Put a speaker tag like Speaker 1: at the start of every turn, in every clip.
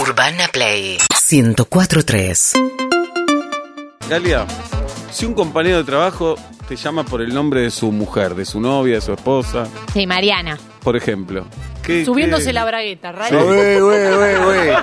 Speaker 1: Urbana Play 104.3
Speaker 2: Galia, si un compañero de trabajo te llama por el nombre de su mujer, de su novia, de su esposa,
Speaker 3: Sí, Mariana.
Speaker 2: por ejemplo. ¿qué,
Speaker 4: Subiéndose
Speaker 2: qué-
Speaker 4: la bragueta,
Speaker 2: Sí.
Speaker 4: raro.
Speaker 5: Wey, wey, wey, wey.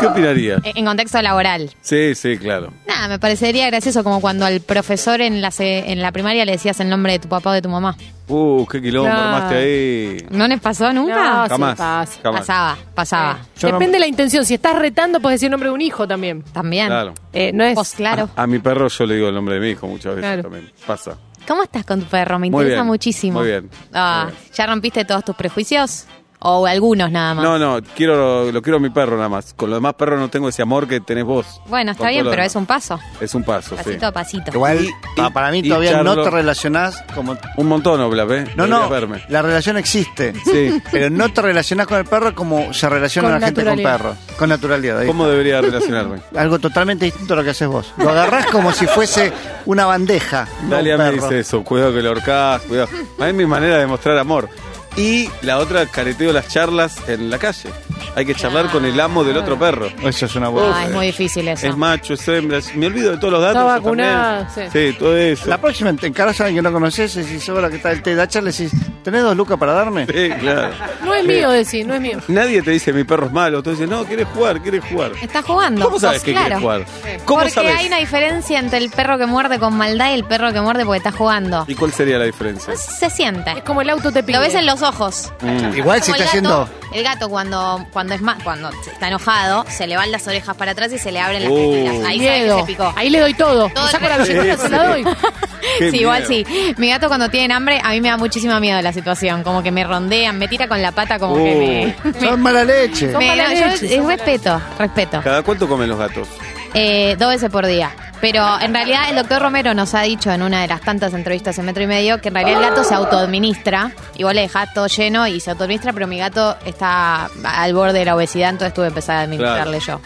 Speaker 2: ¿Qué opinaría?
Speaker 3: E- En contexto laboral.
Speaker 2: Sí, sí, claro.
Speaker 3: Nada, me parecería gracioso como cuando al profesor en la, se- en la primaria le decías el nombre de tu papá o de tu mamá.
Speaker 2: Uh, qué quilombo
Speaker 4: Claro.
Speaker 2: armaste ahí.
Speaker 3: ¿No les pasó nunca? Eh,
Speaker 4: No, sí
Speaker 2: Jamás,
Speaker 4: pasa.
Speaker 2: jamás.
Speaker 3: pasaba, pasaba.
Speaker 4: Depende de la intención. Si estás retando, puedes decir nombre de un hijo también.
Speaker 3: También.
Speaker 2: Claro.
Speaker 4: Eh, no es.
Speaker 3: Vos, claro.
Speaker 2: A mi perro yo le digo el nombre de mi hijo muchas veces
Speaker 4: Claro.
Speaker 2: también. Pasa.
Speaker 3: ¿Cómo estás con tu perro? Me
Speaker 2: Muy
Speaker 3: interesa
Speaker 2: bien,
Speaker 3: muchísimo.
Speaker 2: muy bien,
Speaker 3: Ah,
Speaker 2: muy
Speaker 3: ¿Ya rompiste todos tus prejuicios? ¿O algunos nada más?
Speaker 2: No, no, quiero, lo quiero a mi perro nada más. Con los demás perros no tengo ese amor que tenés vos.
Speaker 3: Bueno,
Speaker 2: Con
Speaker 3: está bien,
Speaker 2: todo lo
Speaker 3: pero
Speaker 2: demás.
Speaker 3: es un paso.
Speaker 2: Es un paso, sí.
Speaker 3: Pasito a pasito.
Speaker 5: Igual,
Speaker 2: Y-
Speaker 5: pa- para mí
Speaker 2: y
Speaker 5: todavía
Speaker 2: charlo-
Speaker 5: no te relacionás como...
Speaker 2: Un montón, Oblap, ¿eh?
Speaker 5: No,
Speaker 2: Deberías
Speaker 5: no,
Speaker 2: verme.
Speaker 5: la relación existe.
Speaker 2: Sí.
Speaker 5: Pero no te relacionás con el perro como se relaciona
Speaker 4: Con
Speaker 5: la gente con
Speaker 4: naturalidad.
Speaker 5: perros. Con naturalidad. ahí.
Speaker 2: ¿Cómo debería relacionarme?
Speaker 5: Algo totalmente distinto a lo que haces vos. Lo agarrás como si fuese una bandeja. no
Speaker 2: Dalia
Speaker 5: un
Speaker 2: me
Speaker 5: perro.
Speaker 2: dice eso, cuidado que lo ahorcás, cuidado. A mí es mi manera de mostrar amor. Y la otra, careteo las charlas en la calle. Hay que charlar con el amo del otro perro.
Speaker 5: Eso es una
Speaker 3: No,
Speaker 5: buena.
Speaker 3: Ah, es muy difícil eso.
Speaker 2: Es macho, es hembra. es- Me olvido de todos los datos.
Speaker 4: Está
Speaker 2: yo también.
Speaker 4: vacunado, sí.
Speaker 2: Sí, todo eso.
Speaker 5: La próxima, te encarás a alguien que no conoces y si sobre la que está el TDH, le decís, ¿tenés dos lucas para darme?
Speaker 2: Sí, claro.
Speaker 4: No es mío decir, no es mío.
Speaker 2: Nadie te dice mi perro es malo. Tú dices, no, quieres jugar, quieres jugar.
Speaker 3: Está jugando.
Speaker 2: ¿Cómo sabes
Speaker 3: Vos,
Speaker 2: que
Speaker 3: claro.
Speaker 2: quieres jugar? ¿Cómo
Speaker 3: porque
Speaker 2: sabes?
Speaker 3: hay una diferencia entre el perro que muerde con maldad y el perro que muerde porque está jugando.
Speaker 2: ¿Y cuál sería la diferencia?
Speaker 3: Se siente.
Speaker 4: Es como el auto te pide.
Speaker 3: Lo ves en los ojos.
Speaker 2: Mm.
Speaker 5: Igual si
Speaker 3: Como
Speaker 5: está
Speaker 3: el
Speaker 5: haciendo...
Speaker 3: gato- El gato cuando, cuando es más, cuando está enojado, se le van las orejas para atrás y se le abren las
Speaker 2: Uh.
Speaker 3: críticas. Ahí sabe que
Speaker 4: Miedo.
Speaker 3: se picó.
Speaker 4: Ahí le doy todo.
Speaker 3: Todo
Speaker 4: Me saco
Speaker 3: el-
Speaker 4: la billetera,
Speaker 2: Sí,
Speaker 4: se la
Speaker 2: sí.
Speaker 4: doy.
Speaker 2: Qué
Speaker 3: Sí, igual
Speaker 2: miedo.
Speaker 3: sí. Mi gato cuando tienen hambre, a mí me da muchísimo miedo la situación. Como que me rondean, me tira con la pata, como
Speaker 2: Uh.
Speaker 3: que me- me.
Speaker 5: Son mala leche.
Speaker 4: Son
Speaker 3: me-
Speaker 4: mala
Speaker 3: no, yo-
Speaker 4: leche,
Speaker 3: es
Speaker 4: son mala
Speaker 3: respeto, respeto.
Speaker 2: ¿Cada cuánto comen los gatos?
Speaker 3: Eh, dos veces por día. Pero en realidad el doctor Romero nos ha dicho en una de las tantas entrevistas en Metro y Medio que en realidad el gato se autoadministra. Y vos le dejás todo lleno y se autoadministra, pero mi gato está al borde de la obesidad, entonces tuve que empezar a administrarle yo.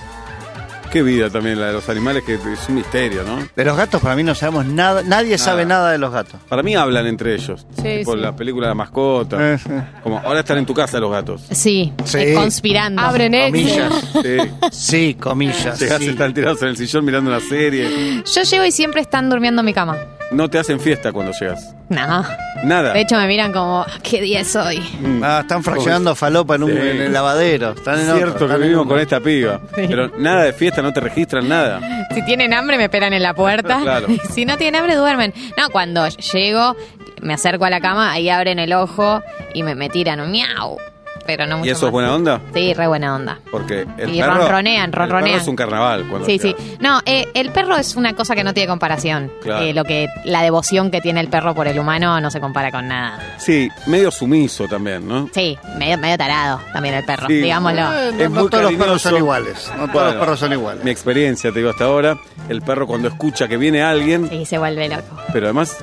Speaker 2: Qué vida también la de los animales, que es un misterio, ¿no?
Speaker 5: De los gatos para mí no sabemos nada, nadie sabe nada de los gatos.
Speaker 2: Para mí hablan entre ellos.
Speaker 4: Sí,
Speaker 2: tipo
Speaker 4: sí.
Speaker 2: la película de la mascota.
Speaker 5: Eh, sí.
Speaker 2: Como ahora están en tu casa los gatos.
Speaker 3: Sí,
Speaker 5: Sí.
Speaker 3: es conspirando.
Speaker 4: Abren Excel.
Speaker 5: Comillas.
Speaker 2: Sí.
Speaker 5: Sí, comillas.
Speaker 2: Llegás,
Speaker 5: sí.
Speaker 2: están tirados en el sillón mirando una serie.
Speaker 3: Yo llego y siempre están durmiendo en mi cama.
Speaker 2: No te hacen fiesta cuando llegas.
Speaker 3: No.
Speaker 2: Nada.
Speaker 3: De hecho me miran como, ¿qué día es hoy?
Speaker 5: Ah, están fraccionando falopa en, un,
Speaker 2: Sí.
Speaker 5: en el lavadero. Están en
Speaker 2: es
Speaker 5: otro,
Speaker 2: cierto que
Speaker 5: están en
Speaker 2: vivimos
Speaker 5: otro.
Speaker 2: con este- esta piba. Pero nada de fiesta, no te registran nada.
Speaker 3: Si tienen hambre me esperan en la puerta.
Speaker 2: Claro.
Speaker 3: si no tienen hambre duermen. No, cuando llego, me acerco a la cama, ahí abren el ojo y me, me tiran un miau. Pero no mucho
Speaker 2: ¿Y eso es
Speaker 3: más.
Speaker 2: buena onda?
Speaker 3: Sí, re buena onda.
Speaker 2: Porque el
Speaker 3: Y
Speaker 2: perro.
Speaker 3: ronronean, ronronean.
Speaker 2: El perro es un carnaval. Cuando
Speaker 3: Sí, sí.
Speaker 2: llegas.
Speaker 3: No, eh, el perro es una cosa que no tiene comparación.
Speaker 2: Claro.
Speaker 3: Eh, lo que la devoción que tiene el perro por el humano no se compara con nada.
Speaker 2: Sí, medio sumiso también, ¿no?
Speaker 3: Sí, medio, medio tarado también el perro,
Speaker 2: Sí.
Speaker 3: Ah, digámoslo.
Speaker 5: Eh, no- no
Speaker 2: muy
Speaker 5: todos los perros son
Speaker 2: cariñoso.
Speaker 5: iguales. No todos
Speaker 2: Bueno,
Speaker 5: los perros son
Speaker 2: Mi
Speaker 5: iguales.
Speaker 2: experiencia, te digo hasta ahora, el perro cuando escucha que viene alguien,
Speaker 3: Sí, se vuelve loco.
Speaker 2: Pero además,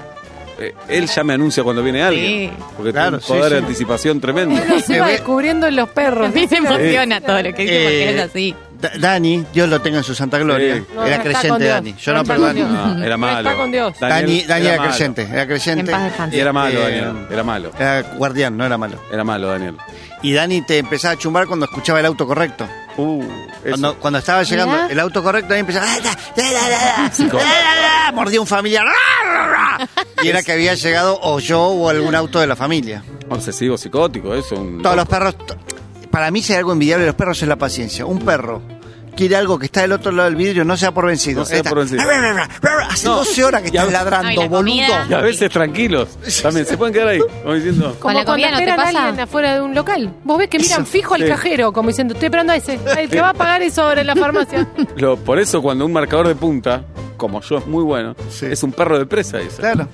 Speaker 2: eh, él ya me anuncia cuando viene alguien.
Speaker 3: Sí.
Speaker 2: Porque
Speaker 5: Claro,
Speaker 2: tiene un poder
Speaker 5: sí,
Speaker 2: de
Speaker 5: sí.
Speaker 2: anticipación tremendo.
Speaker 4: Se va
Speaker 5: ve-
Speaker 4: descubriendo en los perros.
Speaker 3: Sí, se emociona todo lo que dice porque
Speaker 5: Eh,
Speaker 3: es así.
Speaker 5: Da- Dani, Dios lo tenga en su santa gloria.
Speaker 2: Sí.
Speaker 4: No, no
Speaker 5: era
Speaker 4: está con
Speaker 5: creyente
Speaker 4: Dios.
Speaker 5: Dani. Yo
Speaker 4: No
Speaker 5: no,
Speaker 4: está
Speaker 5: pero
Speaker 4: con
Speaker 5: Dani.
Speaker 4: Dios.
Speaker 2: Ah, era
Speaker 4: No
Speaker 2: malo.
Speaker 4: está con Dios.
Speaker 5: Dani, Dani era,
Speaker 2: malo.
Speaker 5: creyente. Era
Speaker 3: En
Speaker 5: creyente.
Speaker 3: paz descanse.
Speaker 2: Y era malo,
Speaker 5: Eh,
Speaker 2: Daniel. Era malo.
Speaker 5: Era guardián, no era malo.
Speaker 2: Era malo, Daniel.
Speaker 5: Y Dani te empezaba a chumbar cuando escuchaba el auto correcto.
Speaker 2: Uh, eso.
Speaker 5: Cuando, cuando estaba llegando
Speaker 3: Mirá.
Speaker 5: el auto correcto, ahí empezaba. "Ah, da, da, da, da, da, da, da", Mordía un familiar. "Ah, ra, ra". Y era que había llegado o yo o algún auto de la familia.
Speaker 2: Obsesivo, psicótico, eso. Un...
Speaker 5: Todos los perros. to- Para mí, si hay algo envidiable de los perros es la paciencia. Un perro quiere algo que está del otro lado del vidrio, no sea por vencido.
Speaker 2: No se da
Speaker 5: Está-
Speaker 2: por vencido.
Speaker 5: Hace
Speaker 2: No.
Speaker 5: 12 horas que
Speaker 2: Y a-
Speaker 5: estás ladrando,
Speaker 3: Ay, la
Speaker 5: boludo.
Speaker 3: comida.
Speaker 2: Y a veces tranquilos. También se pueden quedar ahí. Como diciendo.
Speaker 4: Como
Speaker 3: la comida
Speaker 4: cuando
Speaker 3: no te
Speaker 4: esperan a
Speaker 3: pasa?
Speaker 4: alguien afuera de un local. Vos ves que miran fijo al
Speaker 2: Sí.
Speaker 4: cajero, como diciendo, estoy esperando a ese. El que va a pagar eso ahora en la farmacia.
Speaker 2: lo- por eso, cuando un marcador de punta, como yo, es muy bueno,
Speaker 5: Sí.
Speaker 2: es un perro de presa, dice.
Speaker 5: Claro.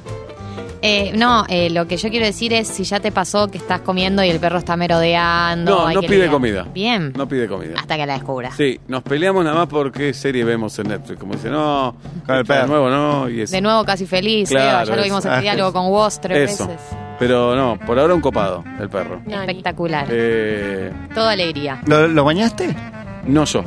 Speaker 3: Eh, no, eh, lo que yo quiero decir es si ya te pasó que estás comiendo y el perro está merodeando.
Speaker 2: No,
Speaker 3: hay
Speaker 2: no
Speaker 3: que
Speaker 2: pide
Speaker 3: lidiar.
Speaker 2: comida.
Speaker 3: Bien.
Speaker 2: No pide comida.
Speaker 3: Hasta que la descubra.
Speaker 2: Sí, nos peleamos nada más porque serie vemos en Netflix. Como dice, no,
Speaker 5: Con el
Speaker 2: de
Speaker 5: perro.
Speaker 2: nuevo no. Y eso.
Speaker 3: De nuevo casi feliz,
Speaker 2: Claro,
Speaker 3: Eva, ya lo
Speaker 2: eso.
Speaker 3: vimos en diálogo con vos tres
Speaker 2: Eso.
Speaker 3: veces.
Speaker 2: Pero no, por ahora un copado, el perro.
Speaker 3: Espectacular.
Speaker 2: Eh,
Speaker 3: Toda alegría.
Speaker 5: ¿Lo, lo bañaste?
Speaker 2: no yo,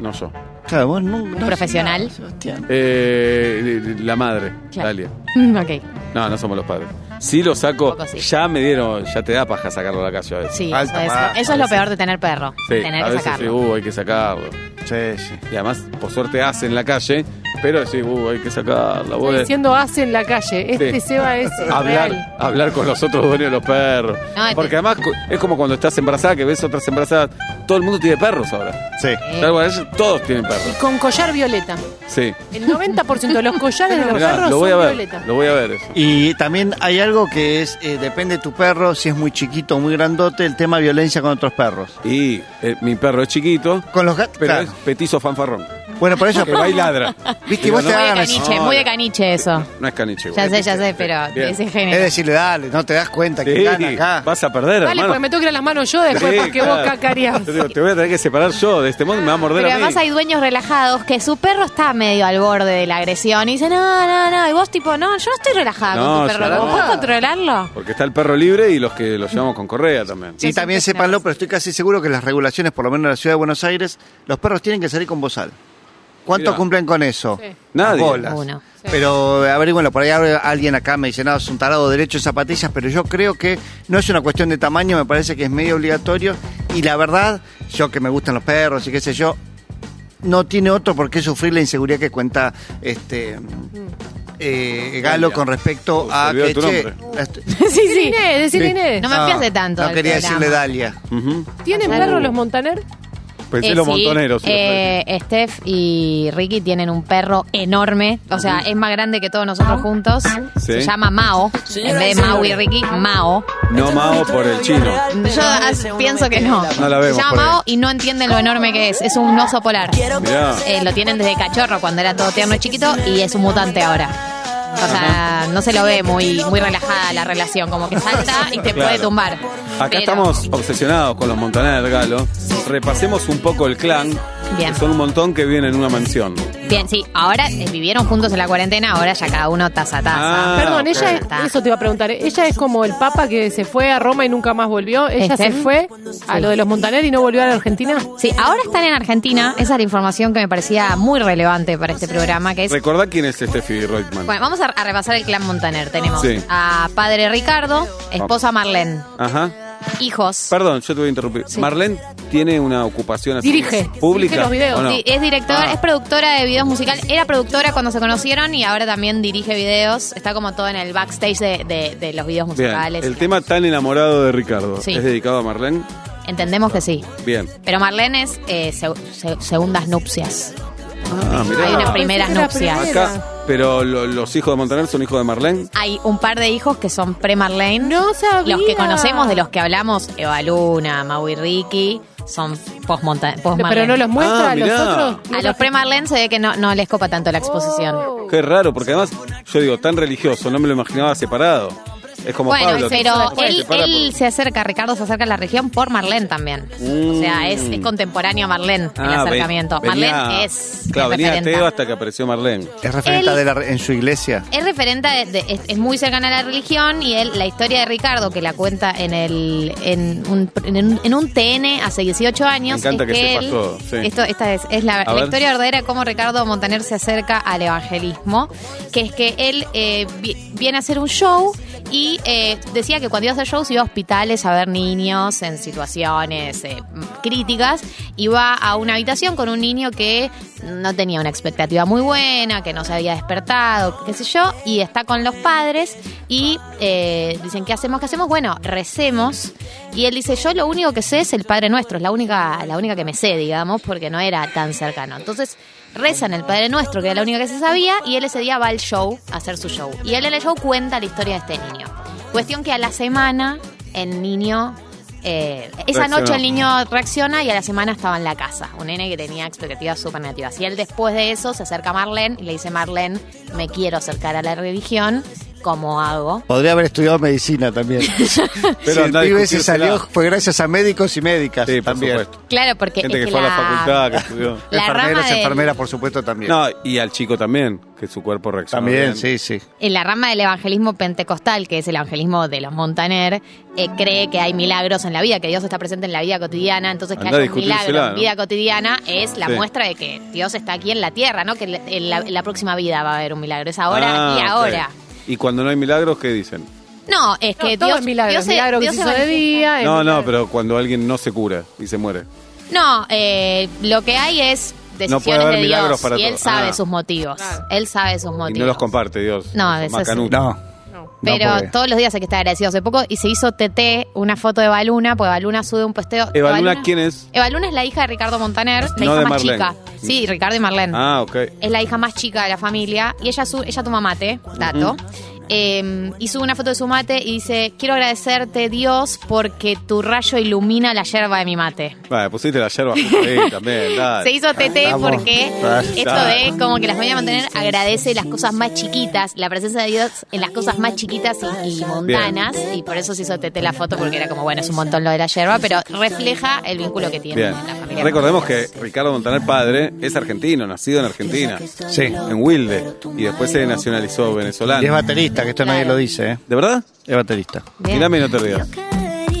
Speaker 2: no yo.
Speaker 5: Claro, vos no, no-
Speaker 3: Profesional.
Speaker 5: Sebastián.
Speaker 2: Eh, la madre,
Speaker 3: Claro.
Speaker 2: Dalia.
Speaker 3: Mm, ok.
Speaker 2: No, no somos los padres. Sí lo saco.
Speaker 3: Un poco sí.
Speaker 2: Ya me dieron, ya te da paja sacarlo a la calle a veces.
Speaker 3: Sí,
Speaker 5: Alta
Speaker 3: eso, es-
Speaker 5: paja,
Speaker 3: eso es
Speaker 5: a
Speaker 3: lo
Speaker 5: veces.
Speaker 3: peor de tener perro.
Speaker 2: Sí,
Speaker 3: tener
Speaker 2: a
Speaker 3: que
Speaker 2: veces sí,
Speaker 3: sacarlo.
Speaker 2: uh, hay que sacarlo.
Speaker 5: Sí, sí.
Speaker 2: Y además, por suerte hace en la calle, pero sí, uh, hay que sacarla.
Speaker 4: Estoy
Speaker 2: vos-
Speaker 4: Diciendo hace en la calle.
Speaker 2: Sí.
Speaker 4: Este Seba es
Speaker 2: Hablar,
Speaker 4: real.
Speaker 2: hablar con los otros dueños de los perros.
Speaker 3: No, es-
Speaker 2: Porque además cu- es como cuando estás embarazada, que ves otras embarazadas. Todo el mundo tiene perros ahora.
Speaker 5: Sí.
Speaker 3: Eh.
Speaker 2: Tal cual, ellos- todos tienen perros.
Speaker 4: Con collar violeta.
Speaker 2: Sí.
Speaker 4: El 90% de los collares de los
Speaker 2: Mirá,
Speaker 4: perros
Speaker 2: lo voy a
Speaker 4: son
Speaker 2: ver.
Speaker 4: violeta.
Speaker 2: Lo voy a ver eso.
Speaker 5: Y también hay algo que es, eh, depende de tu perro, si es muy chiquito o muy grandote, el tema violencia con otros perros.
Speaker 2: Y eh, mi perro es chiquito,
Speaker 5: Con los gatos,
Speaker 2: pero
Speaker 5: claro.
Speaker 2: es petizo fanfarrón.
Speaker 5: Bueno, por eso,
Speaker 2: Que va y ladra.
Speaker 5: viste, vos
Speaker 2: Digo, no,
Speaker 3: Muy de
Speaker 5: te hagan así.
Speaker 3: caniche, muy de caniche eso.
Speaker 2: No es caniche.
Speaker 3: Ya
Speaker 2: güey.
Speaker 3: sé, ya sé, pero de
Speaker 2: Bien.
Speaker 3: ese
Speaker 5: Es
Speaker 3: género.
Speaker 5: decirle, dale, no te das cuenta que
Speaker 2: Sí,
Speaker 5: están acá.
Speaker 2: vas a perder,
Speaker 4: Dale,
Speaker 2: hermano.
Speaker 3: pues,
Speaker 4: porque me toquen las manos yo después
Speaker 2: Sí,
Speaker 4: porque
Speaker 2: claro.
Speaker 4: vos cacarías.
Speaker 2: Yo digo, te voy a tener que separar yo de este modo me va a morder
Speaker 3: Pero
Speaker 2: a mí.
Speaker 3: además hay dueños relajados que su perro está medio al borde de la agresión y dice, no, no, no. Y vos tipo, no, yo no estoy relajada
Speaker 2: No,
Speaker 3: con tu perro.
Speaker 2: ya
Speaker 3: ¿Cómo
Speaker 2: no.
Speaker 3: puedes controlarlo?
Speaker 2: Porque está el perro libre y los que los llevamos con correa también.
Speaker 5: Y
Speaker 3: Yo siempre
Speaker 5: también sépanlo,
Speaker 3: tenemos.
Speaker 5: pero estoy casi seguro que las regulaciones, por lo menos en la ciudad de Buenos Aires, los perros tienen que salir con bozal. ¿Cuántos
Speaker 2: Mirá.
Speaker 5: cumplen con eso?
Speaker 4: Sí.
Speaker 2: Nadie.
Speaker 5: Las bolas.
Speaker 3: Uno.
Speaker 4: Sí.
Speaker 5: Pero eh, averigüenlo, por ahí abre- alguien acá me dice, no, es un tarado derecho de zapatillas, pero yo creo que no es una cuestión de tamaño, me parece que es medio obligatorio. Y la verdad, yo que me gustan los perros y qué sé yo, no tiene otro por qué sufrir la inseguridad que cuenta este
Speaker 3: Mm.
Speaker 5: eh, Galo con respecto
Speaker 2: Uh, se
Speaker 5: a
Speaker 2: olvidó
Speaker 5: que...
Speaker 2: tu
Speaker 5: che,
Speaker 2: nombre.
Speaker 5: la estoy-
Speaker 4: Sí, sí. Inés, decirle
Speaker 2: Sí.
Speaker 4: Inés.
Speaker 3: No me
Speaker 5: No,
Speaker 3: fías de tanto.
Speaker 5: No
Speaker 3: del
Speaker 5: quería
Speaker 3: programa.
Speaker 5: decirle Dalia.
Speaker 2: Ujú.
Speaker 4: ¿Tienen
Speaker 3: Claro.
Speaker 4: perros los Montaner?
Speaker 2: Ah, Pensé
Speaker 3: Eh,
Speaker 2: los
Speaker 3: sí.
Speaker 2: montoneros. sí, los
Speaker 3: Eh, Steph y Ricky tienen un perro enorme. O sea, es más grande que todos nosotros juntos. Se llama Mao. En vez de Mao y Ricky, Mao.
Speaker 2: montoneros. no mao por el chino.
Speaker 3: Yo as- pienso que no.
Speaker 2: No la vemos
Speaker 3: Se llama
Speaker 2: por ahí.
Speaker 3: Mao y no entienden lo enorme que es. Es un oso polar.
Speaker 2: Mirá.
Speaker 3: Eh, lo tienen desde cachorro cuando era todo tierno y chiquito y es un mutante ahora. O sea, no se lo ve muy, muy relajada la relación, como que salta y te
Speaker 2: Claro.
Speaker 3: puede tumbar.
Speaker 2: Acá
Speaker 3: Pero-
Speaker 2: estamos obsesionados con los montoneros, Galo. Repasemos un poco el clan.
Speaker 3: Bien.
Speaker 2: que Son un montón que viven en una mansión.
Speaker 3: Bien, sí, ahora eh, vivieron juntos en la cuarentena, ahora ya cada uno taza a taza.
Speaker 2: Ah,
Speaker 4: Perdón,
Speaker 2: ok.
Speaker 4: ella
Speaker 3: Está.
Speaker 4: es, eso te iba a preguntar. Ella es como el Papa que se fue a Roma y nunca más volvió. Ella
Speaker 3: Este.
Speaker 4: se fue a lo de los Montaner y no volvió a la Argentina.
Speaker 3: Sí, ahora están en Argentina, esa es la información que me parecía muy relevante para este programa, que es...
Speaker 2: Recordá quién es Steffi Reutemann.
Speaker 3: Bueno, vamos a, a repasar el clan Montaner. Tenemos
Speaker 2: Sí.
Speaker 3: a padre Ricardo, esposa Marlene,
Speaker 2: Ajá.
Speaker 3: hijos.
Speaker 2: Perdón, yo te voy a interrumpir. Marlene tiene una ocupación así.
Speaker 4: Dirige.
Speaker 2: Pública.
Speaker 4: Dirige los videos.
Speaker 2: ¿o no?
Speaker 3: Sí, es directora,
Speaker 2: Ah.
Speaker 3: es productora de videos musicales. Era productora cuando se conocieron y ahora también dirige videos. Está como todo en el backstage de, de- de los videos
Speaker 2: Bien,
Speaker 3: musicales.
Speaker 2: el tema tan enamorado de Ricardo
Speaker 3: Sí.
Speaker 2: es dedicado a Marlene.
Speaker 3: Entendemos que sí.
Speaker 2: Bien.
Speaker 3: Pero Marlene es eh, seg- se- segundas nupcias.
Speaker 2: Ah, mirá.
Speaker 3: Hay
Speaker 4: Ah,
Speaker 3: unas
Speaker 4: pensé
Speaker 3: primeras
Speaker 4: que era
Speaker 3: nupcias.
Speaker 4: primera.
Speaker 2: Acá, pero lo- los hijos de Montaner son hijos de Marlene.
Speaker 3: Hay un par de hijos que son pre-Marlene.
Speaker 4: No sabía.
Speaker 3: Los que conocemos, de los que hablamos, Eva Luna, Mau y Ricky, son post-Montaner.
Speaker 4: Pero no los muestra
Speaker 2: Ah,
Speaker 4: a los
Speaker 2: mirá.
Speaker 4: otros.
Speaker 3: A los pre-Marlene se ve que no, no les copa tanto la exposición.
Speaker 4: Oh.
Speaker 2: Qué raro, porque además, yo digo, tan religioso, no me lo imaginaba separado. Es como
Speaker 3: bueno,
Speaker 2: Pablo. que
Speaker 3: pero
Speaker 2: se
Speaker 3: él,
Speaker 2: separa
Speaker 3: él
Speaker 2: por-
Speaker 3: se acerca, Ricardo se acerca a la región por Marlene también. O sea, es, es contemporáneo a Marlene el
Speaker 2: Mm. Ah, ven-
Speaker 3: acercamiento.
Speaker 2: venía-
Speaker 3: Marlene es,
Speaker 2: Claro,
Speaker 3: es
Speaker 2: venía
Speaker 3: referente.
Speaker 2: ateo hasta que apareció Marlene.
Speaker 5: Es referente
Speaker 3: Él-
Speaker 5: de la- en su iglesia.
Speaker 3: Es referente, de- de- es, es muy cercana a la religión y él, la historia de Ricardo, que la cuenta en el en un, en un- en un TN hace 18 años.
Speaker 2: Me encanta
Speaker 3: es
Speaker 2: que sepas
Speaker 3: él-
Speaker 2: todo, sí.
Speaker 3: Esto, esta es, es la, la
Speaker 2: ver.
Speaker 3: historia verdadera de cómo Ricardo Montaner se acerca al evangelismo, que es que él eh, vi- viene a hacer un show y eh, decía que cuando iba a hacer shows iba a hospitales a ver niños en situaciones eh, críticas y va a una habitación con un niño que no tenía una expectativa muy buena, que no se había despertado, qué sé yo, y está con los padres y eh, dicen, ¿qué hacemos? ¿Qué hacemos? Bueno, recemos. Y él dice, yo lo único que sé es el Padre Nuestro, es la única, la única que me sé, digamos, porque no era tan cercano. Entonces rezan el Padre Nuestro, que era la única que se sabía, y él ese día va al show a hacer su show. Y él en el show cuenta la historia de este niño. Cuestión que a la semana el niño... eh, esa
Speaker 2: Reaccionó.
Speaker 3: noche el niño reacciona y a la semana estaba en la casa. Un nene que tenía expectativas súper negativas. Y él después de eso se acerca a Marlene y le dice, Marlene, me quiero acercar a la religión, ¿cómo hago?
Speaker 5: Podría haber estudiado medicina también.
Speaker 2: Pero
Speaker 5: Pero el
Speaker 2: anda a
Speaker 5: pibe se
Speaker 2: discutírsela.
Speaker 5: salió fue gracias a médicos y médicas
Speaker 2: Sí, por
Speaker 5: también.
Speaker 2: supuesto.
Speaker 3: Claro, porque
Speaker 2: Gente
Speaker 3: es
Speaker 2: que fue a la facultad, que estudió.
Speaker 3: La
Speaker 5: enfermeras,
Speaker 3: rama del-
Speaker 5: enfermeras, por supuesto, también.
Speaker 2: No, y al chico también, que su cuerpo reaccionó.
Speaker 5: también,
Speaker 2: bien.
Speaker 5: sí, sí.
Speaker 3: en la rama del evangelismo pentecostal, que es el evangelismo de los Montaner, eh, cree que hay milagros en la vida, que Dios está presente en la vida cotidiana, entonces que
Speaker 2: Andá a
Speaker 3: haya un milagro
Speaker 2: discutírsela,
Speaker 3: en
Speaker 2: ¿no?
Speaker 3: vida cotidiana es la
Speaker 2: Sí.
Speaker 3: muestra de que Dios está aquí en la tierra, ¿no? Que en la- en la, en la próxima vida va a haber un milagro, es ahora
Speaker 2: Ah,
Speaker 3: y
Speaker 2: ok.
Speaker 3: ahora.
Speaker 2: Y cuando no hay milagros, ¿qué dicen?
Speaker 3: No, es que
Speaker 4: todo
Speaker 3: Dios,
Speaker 4: es milagro.
Speaker 3: Dios
Speaker 4: es milagro que
Speaker 3: Dios
Speaker 4: se hizo de
Speaker 3: manifiesta.
Speaker 4: día. es
Speaker 2: No, no,
Speaker 4: milagro.
Speaker 2: pero cuando alguien no se cura y se muere.
Speaker 3: No, eh, lo que hay
Speaker 2: No
Speaker 3: es
Speaker 2: puede
Speaker 3: decisiones
Speaker 2: haber
Speaker 3: de Dios
Speaker 2: milagros para
Speaker 3: y él
Speaker 2: todo.
Speaker 3: sabe
Speaker 2: Ah.
Speaker 3: sus motivos.
Speaker 4: Claro.
Speaker 3: Él sabe sus
Speaker 2: Y
Speaker 3: motivos.
Speaker 2: no los comparte, Dios.
Speaker 3: No,
Speaker 2: Son
Speaker 3: eso
Speaker 2: más
Speaker 3: sí.
Speaker 2: canutos.
Speaker 5: No.
Speaker 4: No.
Speaker 3: Pero
Speaker 5: porque-
Speaker 3: todos los días hay que estar agradecido. Hace poco y se hizo TT una foto de Baluna, pues Baluna sube un posteo.
Speaker 2: Eva Luna, ¿quién es?
Speaker 3: Eva Luna es la hija de Ricardo Montaner, la
Speaker 2: No
Speaker 3: hija
Speaker 2: de
Speaker 3: más
Speaker 2: Marlene.
Speaker 3: chica. Sí, Ricardo y Marlene.
Speaker 2: Ah, ok.
Speaker 3: Es la hija más chica de la familia y ella, su- ella toma mate, dato. Eh, y sube una foto de su mate y dice, quiero agradecerte Dios porque tu rayo ilumina la yerba de mi mate.
Speaker 2: Vale, pusiste la yerba justo ahí también, dale.
Speaker 3: Se hizo TT
Speaker 5: Vamos.
Speaker 3: porque
Speaker 5: Dale.
Speaker 3: esto de como que las voy a mantener agradece las cosas más chiquitas, la presencia de Dios en las cosas más chiquitas y, y mundanas. Y por eso se hizo TT la foto porque era como, bueno, es un montón lo de la yerba, pero refleja el vínculo que tiene
Speaker 2: Bien.
Speaker 3: la familia.
Speaker 2: Recordemos que Ricardo Montaner padre es argentino, nacido en Argentina.
Speaker 5: Sí.
Speaker 2: En Wilde. Y después se nacionalizó venezolano.
Speaker 5: Y es baterista, que esto nadie
Speaker 3: Claro.
Speaker 5: lo dice, ¿eh?
Speaker 2: ¿De verdad?
Speaker 5: Es baterista.
Speaker 3: Bien.
Speaker 2: Mírame y no te rías.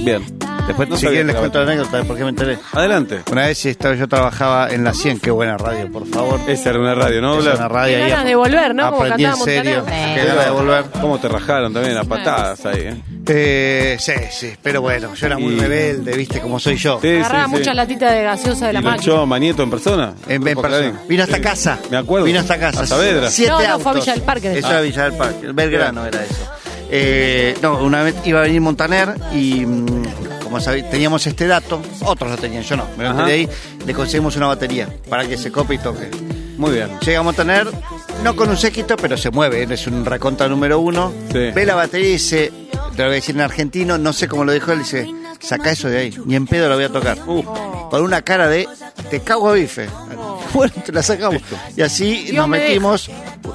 Speaker 2: Bien. Después no
Speaker 5: si
Speaker 2: sabía
Speaker 5: quieren les
Speaker 2: que era
Speaker 5: cuento
Speaker 2: baterista.
Speaker 5: la anécdota de por qué me enteré.
Speaker 2: Adelante.
Speaker 5: Una vez estaba, yo trabajaba en la 100, qué buena radio, por favor.
Speaker 2: Esa era una radio, ¿no?
Speaker 5: Es
Speaker 2: Blas?
Speaker 5: una radio
Speaker 4: Qué
Speaker 5: ahí.
Speaker 4: ganas de volver, ¿no? Como
Speaker 5: Aprendí en
Speaker 4: cantaba
Speaker 5: serio.
Speaker 3: Montaner.
Speaker 5: Qué ganas de volver.
Speaker 2: ¿Cómo te rajaron también a patadas ahí? eh?
Speaker 5: Eh, sí, sí, pero bueno, yo era muy
Speaker 2: Y-
Speaker 5: rebelde, viste, como soy yo.
Speaker 2: Sí,
Speaker 4: Agarraba muchas latitas de gaseosa de la
Speaker 2: ¿Y lo
Speaker 4: máquina.
Speaker 2: echó Manieto en persona?
Speaker 5: En, en
Speaker 2: Grupo
Speaker 5: persona.
Speaker 2: Clarín.
Speaker 5: Vino hasta
Speaker 2: Sí.
Speaker 5: casa.
Speaker 2: Me acuerdo.
Speaker 5: Vino hasta casa.
Speaker 2: A Saavedra.
Speaker 5: Siete
Speaker 4: No, no, fue a
Speaker 5: autos.
Speaker 4: Villa del Parque después.
Speaker 5: Eso era Villa del
Speaker 2: Ah.
Speaker 5: Parque. Belgrano era eso. Eh, no, una vez iba a venir Montaner y mm, como sabéis, teníamos este dato, otros lo tenían, yo no. Me lo
Speaker 2: Ajá.
Speaker 5: enteré ahí, le conseguimos una batería para que se copie y toque.
Speaker 2: Muy bien.
Speaker 5: Llega Montaner, no con un séquito, pero se mueve, él es un recontra número uno.
Speaker 2: Sí.
Speaker 5: Ve la batería y dice, te lo voy a decir en argentino, no sé cómo lo dijo él, dice, saca eso de ahí, ni en pedo lo voy a tocar.
Speaker 2: Uh,
Speaker 5: Con una cara de, te cago a bife. Bueno, te la sacamos. Y así
Speaker 4: Dios
Speaker 5: nos
Speaker 4: me
Speaker 5: metimos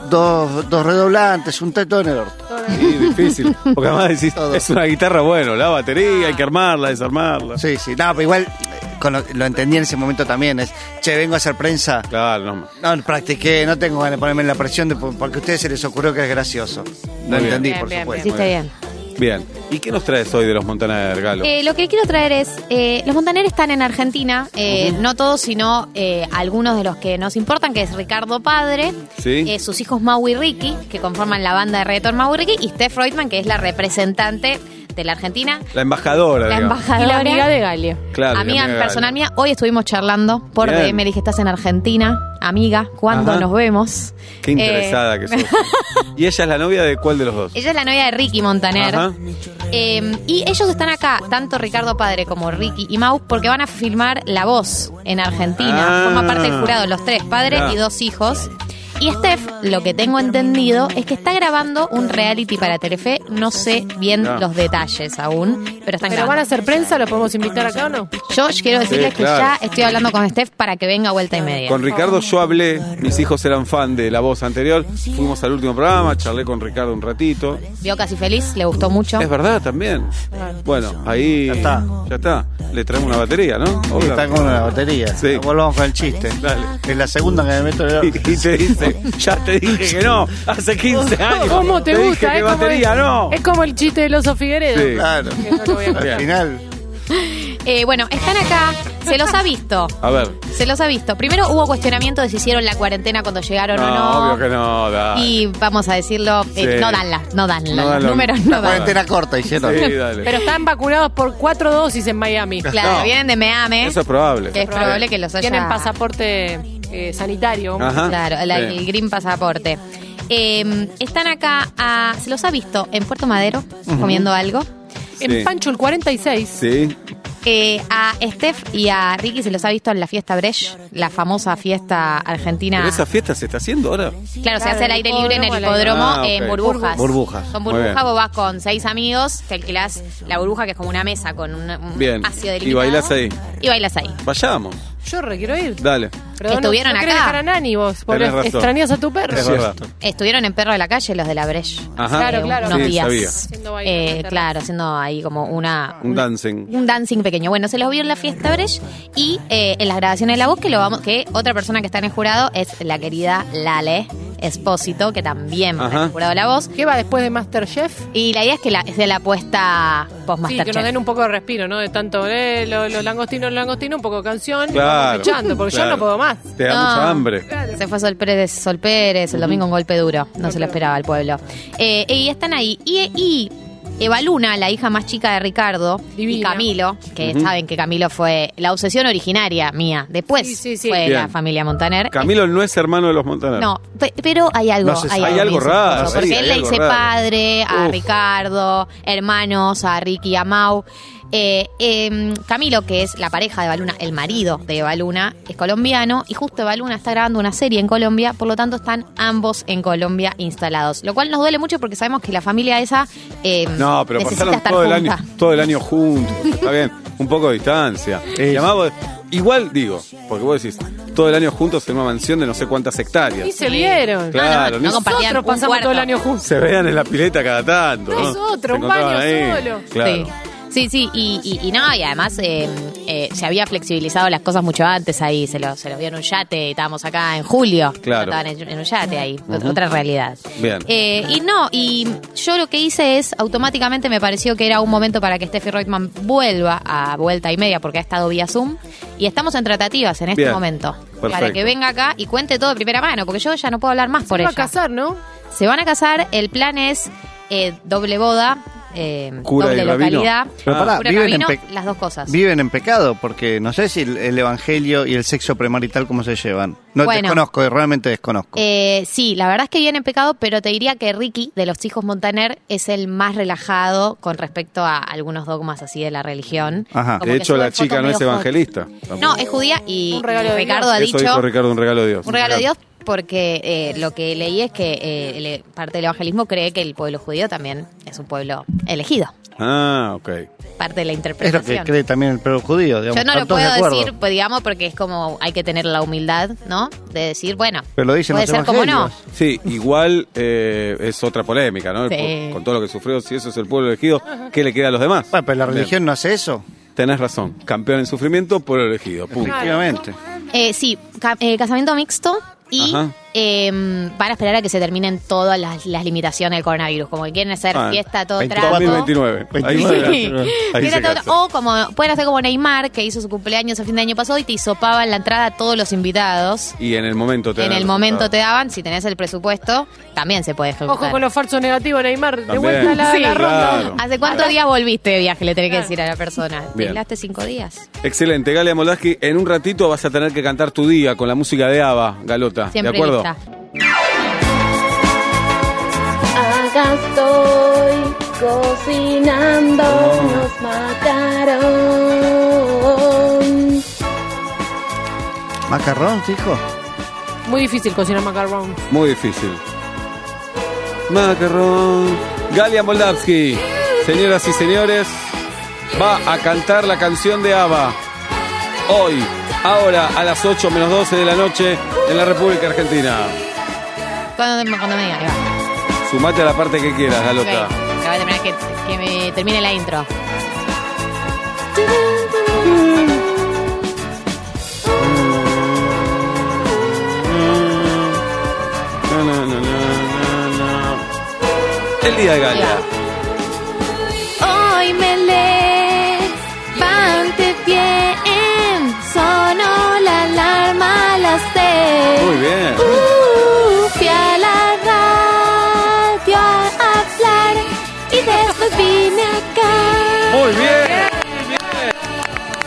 Speaker 5: dos, dos redoblantes, un teto en el orto.
Speaker 2: sí, difícil. Porque además decís,
Speaker 5: Todo.
Speaker 2: es una guitarra, bueno, la batería, hay que armarla, desarmarla.
Speaker 5: Sí, sí, no, pero igual eh, con lo, lo entendí en ese momento también, es, che, vengo a hacer prensa.
Speaker 2: Claro, no. más.
Speaker 5: No, practiqué, no tengo ganas de ponerme en la presión de, porque a ustedes se les ocurrió que es gracioso. Lo
Speaker 2: bien.
Speaker 5: entendí,
Speaker 4: Bien,
Speaker 5: por
Speaker 4: bien,
Speaker 5: supuesto.
Speaker 3: Sí, está bien.
Speaker 2: Bien. ¿Y qué nos traes hoy de los Montaner, Galo?
Speaker 3: Eh, lo que quiero traer es, eh, los montaneros están en Argentina, eh, no todos, sino eh, algunos de los que nos importan, que es Ricardo Padre,
Speaker 2: Sí.
Speaker 3: eh, sus hijos Mau y Ricky, que conforman la banda de reggaetón Mau y Ricky, y Steph Reutemann, que es la representante de la Argentina,
Speaker 2: La embajadora,
Speaker 3: la
Speaker 2: digamos.
Speaker 4: Y la
Speaker 3: embajadora,
Speaker 4: amiga de Galia.
Speaker 2: Claro, la
Speaker 3: amiga
Speaker 2: de
Speaker 3: personal
Speaker 2: Galo.
Speaker 3: mía. Hoy estuvimos charlando por
Speaker 2: Bien.
Speaker 3: DM, dije, estás en Argentina, amiga, ¿cuándo
Speaker 2: Ajá.
Speaker 3: nos vemos?
Speaker 2: Qué
Speaker 3: Eh,
Speaker 2: interesada que sos. ¿Y ella es la novia de cuál de los dos?
Speaker 3: Ella es la novia de Ricky Montaner.
Speaker 2: Ajá.
Speaker 3: Eh, y ellos están acá, tanto Ricardo Padre como Ricky y Mau, porque van a filmar La Voz en Argentina.
Speaker 2: Ah.
Speaker 3: Forma parte del jurado, los tres, padre
Speaker 2: Mirá.
Speaker 3: y dos hijos. Y Steph, lo que tengo entendido, es que está grabando un reality para Telefe. No sé bien
Speaker 2: Mirá.
Speaker 3: los detalles aún, pero están
Speaker 4: Pero van a
Speaker 3: grabando.
Speaker 4: hacer prensa, ¿los podemos invitar acá o no?
Speaker 3: Yo quiero
Speaker 2: claro.
Speaker 3: decirles que ya estoy hablando con Steph para que venga vuelta y media.
Speaker 2: Con Ricardo yo hablé, mis hijos eran fan de la voz anterior, fuimos al último programa, charlé con Ricardo un ratito.
Speaker 3: Vio casi feliz, le gustó mucho.
Speaker 2: Es verdad también. Bueno, ahí ya
Speaker 5: está.
Speaker 2: Ya está. Le traemos una batería, ¿no?
Speaker 5: Sí,
Speaker 2: Hola.
Speaker 5: Está con una batería.
Speaker 2: Sí.
Speaker 5: Volvamos con el chiste.
Speaker 2: Dale.
Speaker 5: Es la segunda que me meto en el
Speaker 2: Y,
Speaker 5: orto.
Speaker 2: y te dice, ya te dije que no, hace 15 años.
Speaker 4: ¿Cómo te,
Speaker 2: dije
Speaker 4: gusta?
Speaker 2: que
Speaker 4: eh? Como
Speaker 2: batería
Speaker 4: es,
Speaker 2: no.
Speaker 4: es como el chiste del oso Figueredo.
Speaker 2: Sí.
Speaker 5: Claro.
Speaker 4: Que no lo voy a
Speaker 5: Al
Speaker 2: Bien.
Speaker 5: final.
Speaker 3: Eh, bueno, están acá, se los ha visto.
Speaker 2: A ver.
Speaker 3: Se los ha visto. Primero hubo cuestionamiento de si hicieron la cuarentena cuando llegaron o no.
Speaker 2: obvio que no, dale.
Speaker 3: Y vamos a decirlo, eh,
Speaker 2: Sí.
Speaker 3: no danla, no danla.
Speaker 2: No dan
Speaker 3: los
Speaker 2: los-
Speaker 3: números no dan.
Speaker 5: Cuarentena corta hicieron.
Speaker 2: Sí, dale.
Speaker 4: Pero están vacunados por cuatro dosis en Miami.
Speaker 3: Claro,
Speaker 2: No.
Speaker 3: vienen de Meame.
Speaker 2: Eso es probable.
Speaker 3: que es probable que los haya.
Speaker 4: Tienen pasaporte eh, sanitario.
Speaker 2: Ajá.
Speaker 3: Claro, la-
Speaker 2: Sí.
Speaker 3: el green pasaporte. Eh, están acá, a- se los ha visto en Puerto Madero comiendo algo.
Speaker 4: En
Speaker 2: Sí.
Speaker 4: Pancho el 46.
Speaker 2: Sí.
Speaker 3: Eh, a Steph y a Ricky se los ha visto en la fiesta Bresh, la famosa fiesta argentina.
Speaker 2: Pero esa fiesta se está haciendo ahora.
Speaker 3: Claro, se
Speaker 4: Claro,
Speaker 3: hace al
Speaker 4: el
Speaker 3: aire libre en el hipódromo
Speaker 4: hipódromo,
Speaker 2: la- Ah,
Speaker 3: en
Speaker 2: ok.
Speaker 3: burbujas.
Speaker 5: Burbujas.
Speaker 3: Con
Speaker 2: Muy
Speaker 3: burbujas
Speaker 2: bien.
Speaker 3: vos vas con seis amigos, te alquilás la burbuja que es como una mesa con un, un
Speaker 2: Bien.
Speaker 3: espacio
Speaker 2: Y
Speaker 3: delimitado.
Speaker 2: bailás ahí.
Speaker 3: Y bailás ahí.
Speaker 2: Vayamos.
Speaker 4: Yo requiero ir.
Speaker 2: Dale.
Speaker 4: Pero no-
Speaker 3: Estuvieron
Speaker 4: no querés
Speaker 3: acá.
Speaker 4: dejar a Nani vos, porque
Speaker 2: Tenés razón.
Speaker 4: extrañas a tu perro.
Speaker 2: Es verdad.
Speaker 3: Estuvieron en Perro de la Calle los de la Breche. eh,
Speaker 2: Ajá.
Speaker 4: Claro, claro.
Speaker 3: Unos
Speaker 2: Sí, sabía.
Speaker 3: días.
Speaker 4: Haciendo baile en la
Speaker 3: Eh,
Speaker 4: terraza.
Speaker 3: claro, haciendo ahí como una...
Speaker 2: Un
Speaker 3: una-
Speaker 2: dancing.
Speaker 3: un dancing pequeño. Bueno, se los vio en la fiesta Bresh y eh, en las grabaciones de la voz que lo vamos, que otra persona que está en el jurado es la querida Lale Espósito, que también va en el
Speaker 2: Ajá.
Speaker 3: jurado de la voz.
Speaker 4: ¿Qué va después de Masterchef?
Speaker 3: Y la idea es que la, es de la apuesta post
Speaker 4: Sí, que nos den un poco de respiro, ¿no? De tanto eh, lo- los langostinos, los langostinos, un poco de canción. y
Speaker 2: Claro.
Speaker 4: vamos echando, porque
Speaker 2: Claro.
Speaker 4: yo no puedo más.
Speaker 2: Te da
Speaker 3: No.
Speaker 2: mucha hambre.
Speaker 3: Se fue Sol Pérez, Sol Pérez, el domingo un golpe duro, no se lo esperaba el pueblo. Eh, y están ahí. Y, y Eva Luna, la hija más chica de Ricardo, y
Speaker 4: Divina.
Speaker 3: Camilo, que saben que Camilo fue la obsesión originaria mía. Después
Speaker 4: Sí, sí, sí.
Speaker 3: fue la
Speaker 2: Bien.
Speaker 3: familia Montaner.
Speaker 2: Camilo no es hermano de los Montaner.
Speaker 3: No, pe- pero hay algo,
Speaker 5: No se
Speaker 3: hay,
Speaker 5: sabe. Hay
Speaker 2: algo
Speaker 3: misterioso,
Speaker 2: raro, sí,
Speaker 3: porque
Speaker 2: hay
Speaker 3: él le
Speaker 2: algo
Speaker 3: dice
Speaker 2: raro.
Speaker 3: padre a
Speaker 2: Uf.
Speaker 3: Ricardo, hermanos a Ricky y a Mau. Eh, em, Camilo, que es la pareja de Baluna, el marido de Baluna, es colombiano y justo Baluna está grabando una serie en Colombia, por lo tanto están ambos en Colombia instalados, lo cual nos duele mucho porque sabemos que la familia esa em,
Speaker 2: No, pero
Speaker 3: necesita
Speaker 2: pasaron
Speaker 3: estar
Speaker 2: todo el,
Speaker 3: junta.
Speaker 2: año, todo el año juntos. Está bien, un poco de distancia. Y además vos- igual digo, porque vos decís, todo el año juntos en una mansión de no sé cuántas
Speaker 4: Y
Speaker 2: hectáreas.
Speaker 4: se vieron.
Speaker 2: Claro,
Speaker 3: no, no, no
Speaker 2: ni-
Speaker 3: compartían
Speaker 4: Nosotros
Speaker 3: un
Speaker 4: pasamos todo el
Speaker 3: cuarto.
Speaker 4: año juntos.
Speaker 2: Se vean en la pileta cada tanto. ¿no?
Speaker 4: Es otro,
Speaker 2: Se
Speaker 4: un
Speaker 2: encontraban
Speaker 4: baño
Speaker 2: ahí.
Speaker 4: solo.
Speaker 2: Claro.
Speaker 3: Sí, sí, sí, y, y, y no, y además eh, eh, se había flexibilizado las cosas mucho antes ahí, se los se lo vio en un yate, estábamos acá en julio,
Speaker 2: Claro.
Speaker 3: estaban en, en un yate ahí, ot- otra realidad.
Speaker 2: Bien.
Speaker 3: Eh, y no, y yo lo que hice es, automáticamente me pareció que era un momento para que Steffi Reutemann vuelva a vuelta y media, porque ha estado vía Zoom, y estamos en tratativas en este
Speaker 2: Bien.
Speaker 3: momento. Para
Speaker 2: Perfecto.
Speaker 3: que venga acá y cuente todo de primera mano, porque yo ya no puedo hablar más por
Speaker 4: Se
Speaker 3: ella.
Speaker 4: va a casar, ¿no?
Speaker 3: Se van a casar, el plan es eh, doble boda, eh,
Speaker 2: Cura
Speaker 3: doble
Speaker 2: y rabino.
Speaker 3: localidad.
Speaker 5: Pero
Speaker 2: Ah.
Speaker 5: pará,
Speaker 3: Cura y
Speaker 5: viven, en
Speaker 3: rabino,
Speaker 5: pe-
Speaker 3: las dos cosas.
Speaker 5: viven en pecado, porque no sé si el, el evangelio y el sexo premarital cómo se llevan. No
Speaker 3: Bueno.
Speaker 5: desconozco, realmente desconozco.
Speaker 3: Eh, sí, la verdad es que vienen pecado, pero te diría que Ricky, de los hijos Montaner, es el más relajado con respecto a algunos dogmas así de la religión.
Speaker 5: Ajá.
Speaker 3: Ah, Como
Speaker 2: De
Speaker 3: que
Speaker 2: hecho,
Speaker 3: sube
Speaker 2: la
Speaker 3: fotos
Speaker 2: chica no
Speaker 3: medio
Speaker 2: es
Speaker 3: hot.
Speaker 2: evangelista.
Speaker 3: No,
Speaker 2: tampoco.
Speaker 3: es judía y
Speaker 4: Un regalo de
Speaker 3: Ricardo
Speaker 4: Dios.
Speaker 3: ha
Speaker 2: Eso
Speaker 3: dicho...
Speaker 2: dijo Ricardo, un regalo de Dios.
Speaker 3: Un regalo de Dios porque eh, lo que leí es que eh, el- parte del evangelismo cree que el pueblo judío también es un pueblo elegido.
Speaker 2: Ah, ok.
Speaker 3: Parte de la
Speaker 5: es
Speaker 3: interpretación.
Speaker 5: lo que cree también el pueblo judío. Digamos,
Speaker 3: Yo no lo
Speaker 5: están todos de
Speaker 3: puedo
Speaker 5: acuerdo.
Speaker 3: decir, pues, digamos, porque es como hay que tener la humildad, ¿no? De decir, bueno,
Speaker 5: Pero lo dicen
Speaker 3: puede
Speaker 5: los
Speaker 3: ser como no.
Speaker 5: evangelios.
Speaker 2: Sí, igual eh, es otra polémica, ¿no?
Speaker 3: Sí.
Speaker 2: Por- Con todo lo que sufrió, si eso es el pueblo elegido, ¿qué le queda a los demás?
Speaker 5: Bueno, pero la
Speaker 2: Bien.
Speaker 5: religión no hace eso,
Speaker 2: Tenés razón. Campeón en sufrimiento, pueblo elegido. Punto.
Speaker 5: efectivamente.
Speaker 3: Eh, sí, ca- eh, casamiento mixto y
Speaker 2: Ajá.
Speaker 3: eh, van a esperar a que se terminen todas las, las limitaciones del coronavirus, como que quieren hacer
Speaker 2: Ah,
Speaker 3: fiesta, todo
Speaker 5: 24
Speaker 3: trato.
Speaker 2: 2029. Ahí,
Speaker 3: Sí.
Speaker 2: se- ahí se
Speaker 3: Quieren hacer-
Speaker 2: casa.
Speaker 3: o como pueden hacer como Neymar, que hizo su cumpleaños a fin de año pasado y te hisopaba en la entrada a todos los invitados.
Speaker 2: Y en el momento te
Speaker 3: en
Speaker 2: dan
Speaker 3: el
Speaker 2: resultado.
Speaker 3: momento te daban, si tenés el presupuesto, también se puede ejecutar.
Speaker 4: Ojo con los falsos negativos, Neymar. De
Speaker 2: También.
Speaker 4: vuelta a la,
Speaker 2: Sí.
Speaker 4: la ronda.
Speaker 2: Claro.
Speaker 3: ¿Hace cuántos días volviste de viaje? Le tenés que decir a la persona.
Speaker 2: Bien.
Speaker 3: ¿Tiraste cinco días?
Speaker 2: Excelente, Galia Molaski. En un ratito vas a tener que cantar tu día con la música de Ava, Galota.
Speaker 3: Siempre
Speaker 2: ¿De acuerdo?
Speaker 3: lista.
Speaker 6: Acá estoy cocinando unos macarón.
Speaker 5: ¿Macarrón, hijo?
Speaker 4: Muy difícil cocinar macarrón.
Speaker 2: Muy difícil. Macarrón. Galia Moldavsky, señoras y señores, va a cantar la canción de ABBA. Hoy, ahora, a las 8 menos 12 de la noche, en la República Argentina.
Speaker 3: Cuando, cuando me diga, ahí va.
Speaker 2: Sumate a la parte que quieras,
Speaker 3: Ok,
Speaker 2: Galota.
Speaker 3: que va a terminar que, que me termine la intro.
Speaker 2: Mm. Na, na, na, na, na. El día de Galia.
Speaker 6: Hoy me levante bien, sonó la alarma a las seis.
Speaker 2: Muy bien.
Speaker 6: Uh, fui a la radio a hablar y después vine acá.
Speaker 2: Muy bien.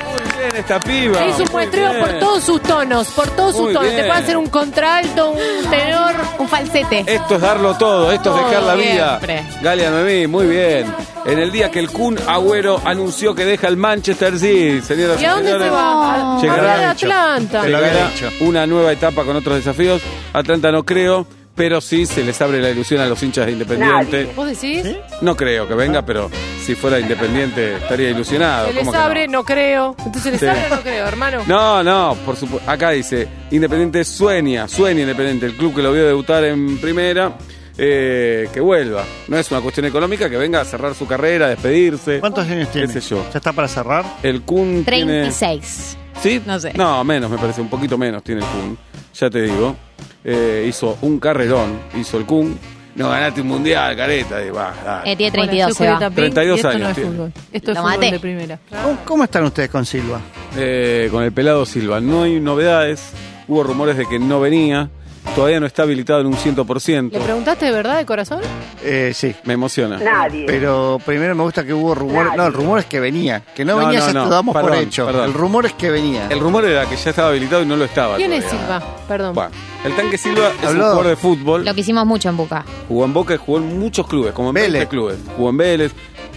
Speaker 2: Muy bien esta piba.
Speaker 4: Le hizo un
Speaker 2: Ah, Muy
Speaker 4: muestreo
Speaker 2: bien.
Speaker 4: por todos sus tonos, por todos sus
Speaker 2: Muy
Speaker 4: tonos.
Speaker 2: bien.
Speaker 4: Te puede hacer un contralto, un tenor.
Speaker 3: Un falsete.
Speaker 2: Esto es darlo todo, esto es
Speaker 4: Todo,
Speaker 2: dejar la vida.
Speaker 3: siempre.
Speaker 2: Galia Noemí, muy bien. En el día que el Kun Agüero anunció que deja el Manchester City, señoras
Speaker 4: ¿Y a dónde se
Speaker 2: señores,
Speaker 4: va? A
Speaker 2: Llegará.
Speaker 4: la de Atlanta.
Speaker 5: Te lo había
Speaker 2: llegará
Speaker 5: dicho.
Speaker 2: una nueva etapa con otros desafíos. Atlanta no creo, pero sí se les abre la ilusión a los hinchas de Independiente.
Speaker 4: ¿Vos decís?
Speaker 2: No creo que venga, pero si fuera Independiente estaría ilusionado.
Speaker 4: Se les
Speaker 2: ¿Cómo que
Speaker 4: abre,
Speaker 2: no?
Speaker 4: no? creo. Entonces les
Speaker 2: Sí.
Speaker 4: abre, no creo, hermano.
Speaker 2: No, no, por supuesto. Acá dice, Independiente sueña, sueña Independiente, el club que lo vio debutar en primera, eh, que vuelva. No es una cuestión económica, que venga a cerrar su carrera, a despedirse.
Speaker 5: ¿Cuántos años
Speaker 2: ¿Qué
Speaker 5: tiene?
Speaker 2: sé yo?
Speaker 5: ¿Ya está para cerrar?
Speaker 2: El Kun tiene...
Speaker 3: 36.
Speaker 2: ¿Sí?
Speaker 3: No sé.
Speaker 2: No, menos me parece, un poquito menos tiene el Kun, ya te digo. Eh, hizo un carrerón, hizo el Kun. No ganaste un mundial, careta. Y va, dale.
Speaker 3: Eh, tiene 32, se
Speaker 4: Hola, soy
Speaker 3: va.
Speaker 4: Julieta Pink
Speaker 2: 32
Speaker 4: y esto
Speaker 2: años
Speaker 4: no es
Speaker 2: tiene.
Speaker 4: fútbol. Esto es
Speaker 3: Lo
Speaker 4: fútbol
Speaker 3: maté.
Speaker 4: de primera.
Speaker 5: ¿Cómo, cómo están ustedes con Silva?
Speaker 2: Eh, con el pelado Silva. No hay novedades. Hubo rumores de que no venía. todavía no está habilitado en un 100%.
Speaker 4: ¿Le preguntaste de verdad de corazón?
Speaker 5: Eh, sí.
Speaker 2: Me emociona.
Speaker 7: Nadie.
Speaker 5: Pero primero me gusta que hubo rumores. No, el rumor es que venía. Que no,
Speaker 2: No,
Speaker 5: venía,
Speaker 2: no,
Speaker 5: ya
Speaker 2: no.
Speaker 5: te damos por
Speaker 2: Perdón,
Speaker 5: hecho.
Speaker 2: perdón.
Speaker 5: El rumor es que venía.
Speaker 2: El rumor era que ya estaba habilitado y no lo estaba.
Speaker 4: ¿Quién es
Speaker 2: todavía.
Speaker 4: Silva? Perdón.
Speaker 2: Bueno, el tanque Silva es
Speaker 5: Habló.
Speaker 2: un jugador de fútbol.
Speaker 3: Lo que hicimos mucho en Buca.
Speaker 2: Jugó en Boca y jugó en muchos clubes, como en
Speaker 5: Vélez.
Speaker 2: 20 clubes. Jugó en Vélez,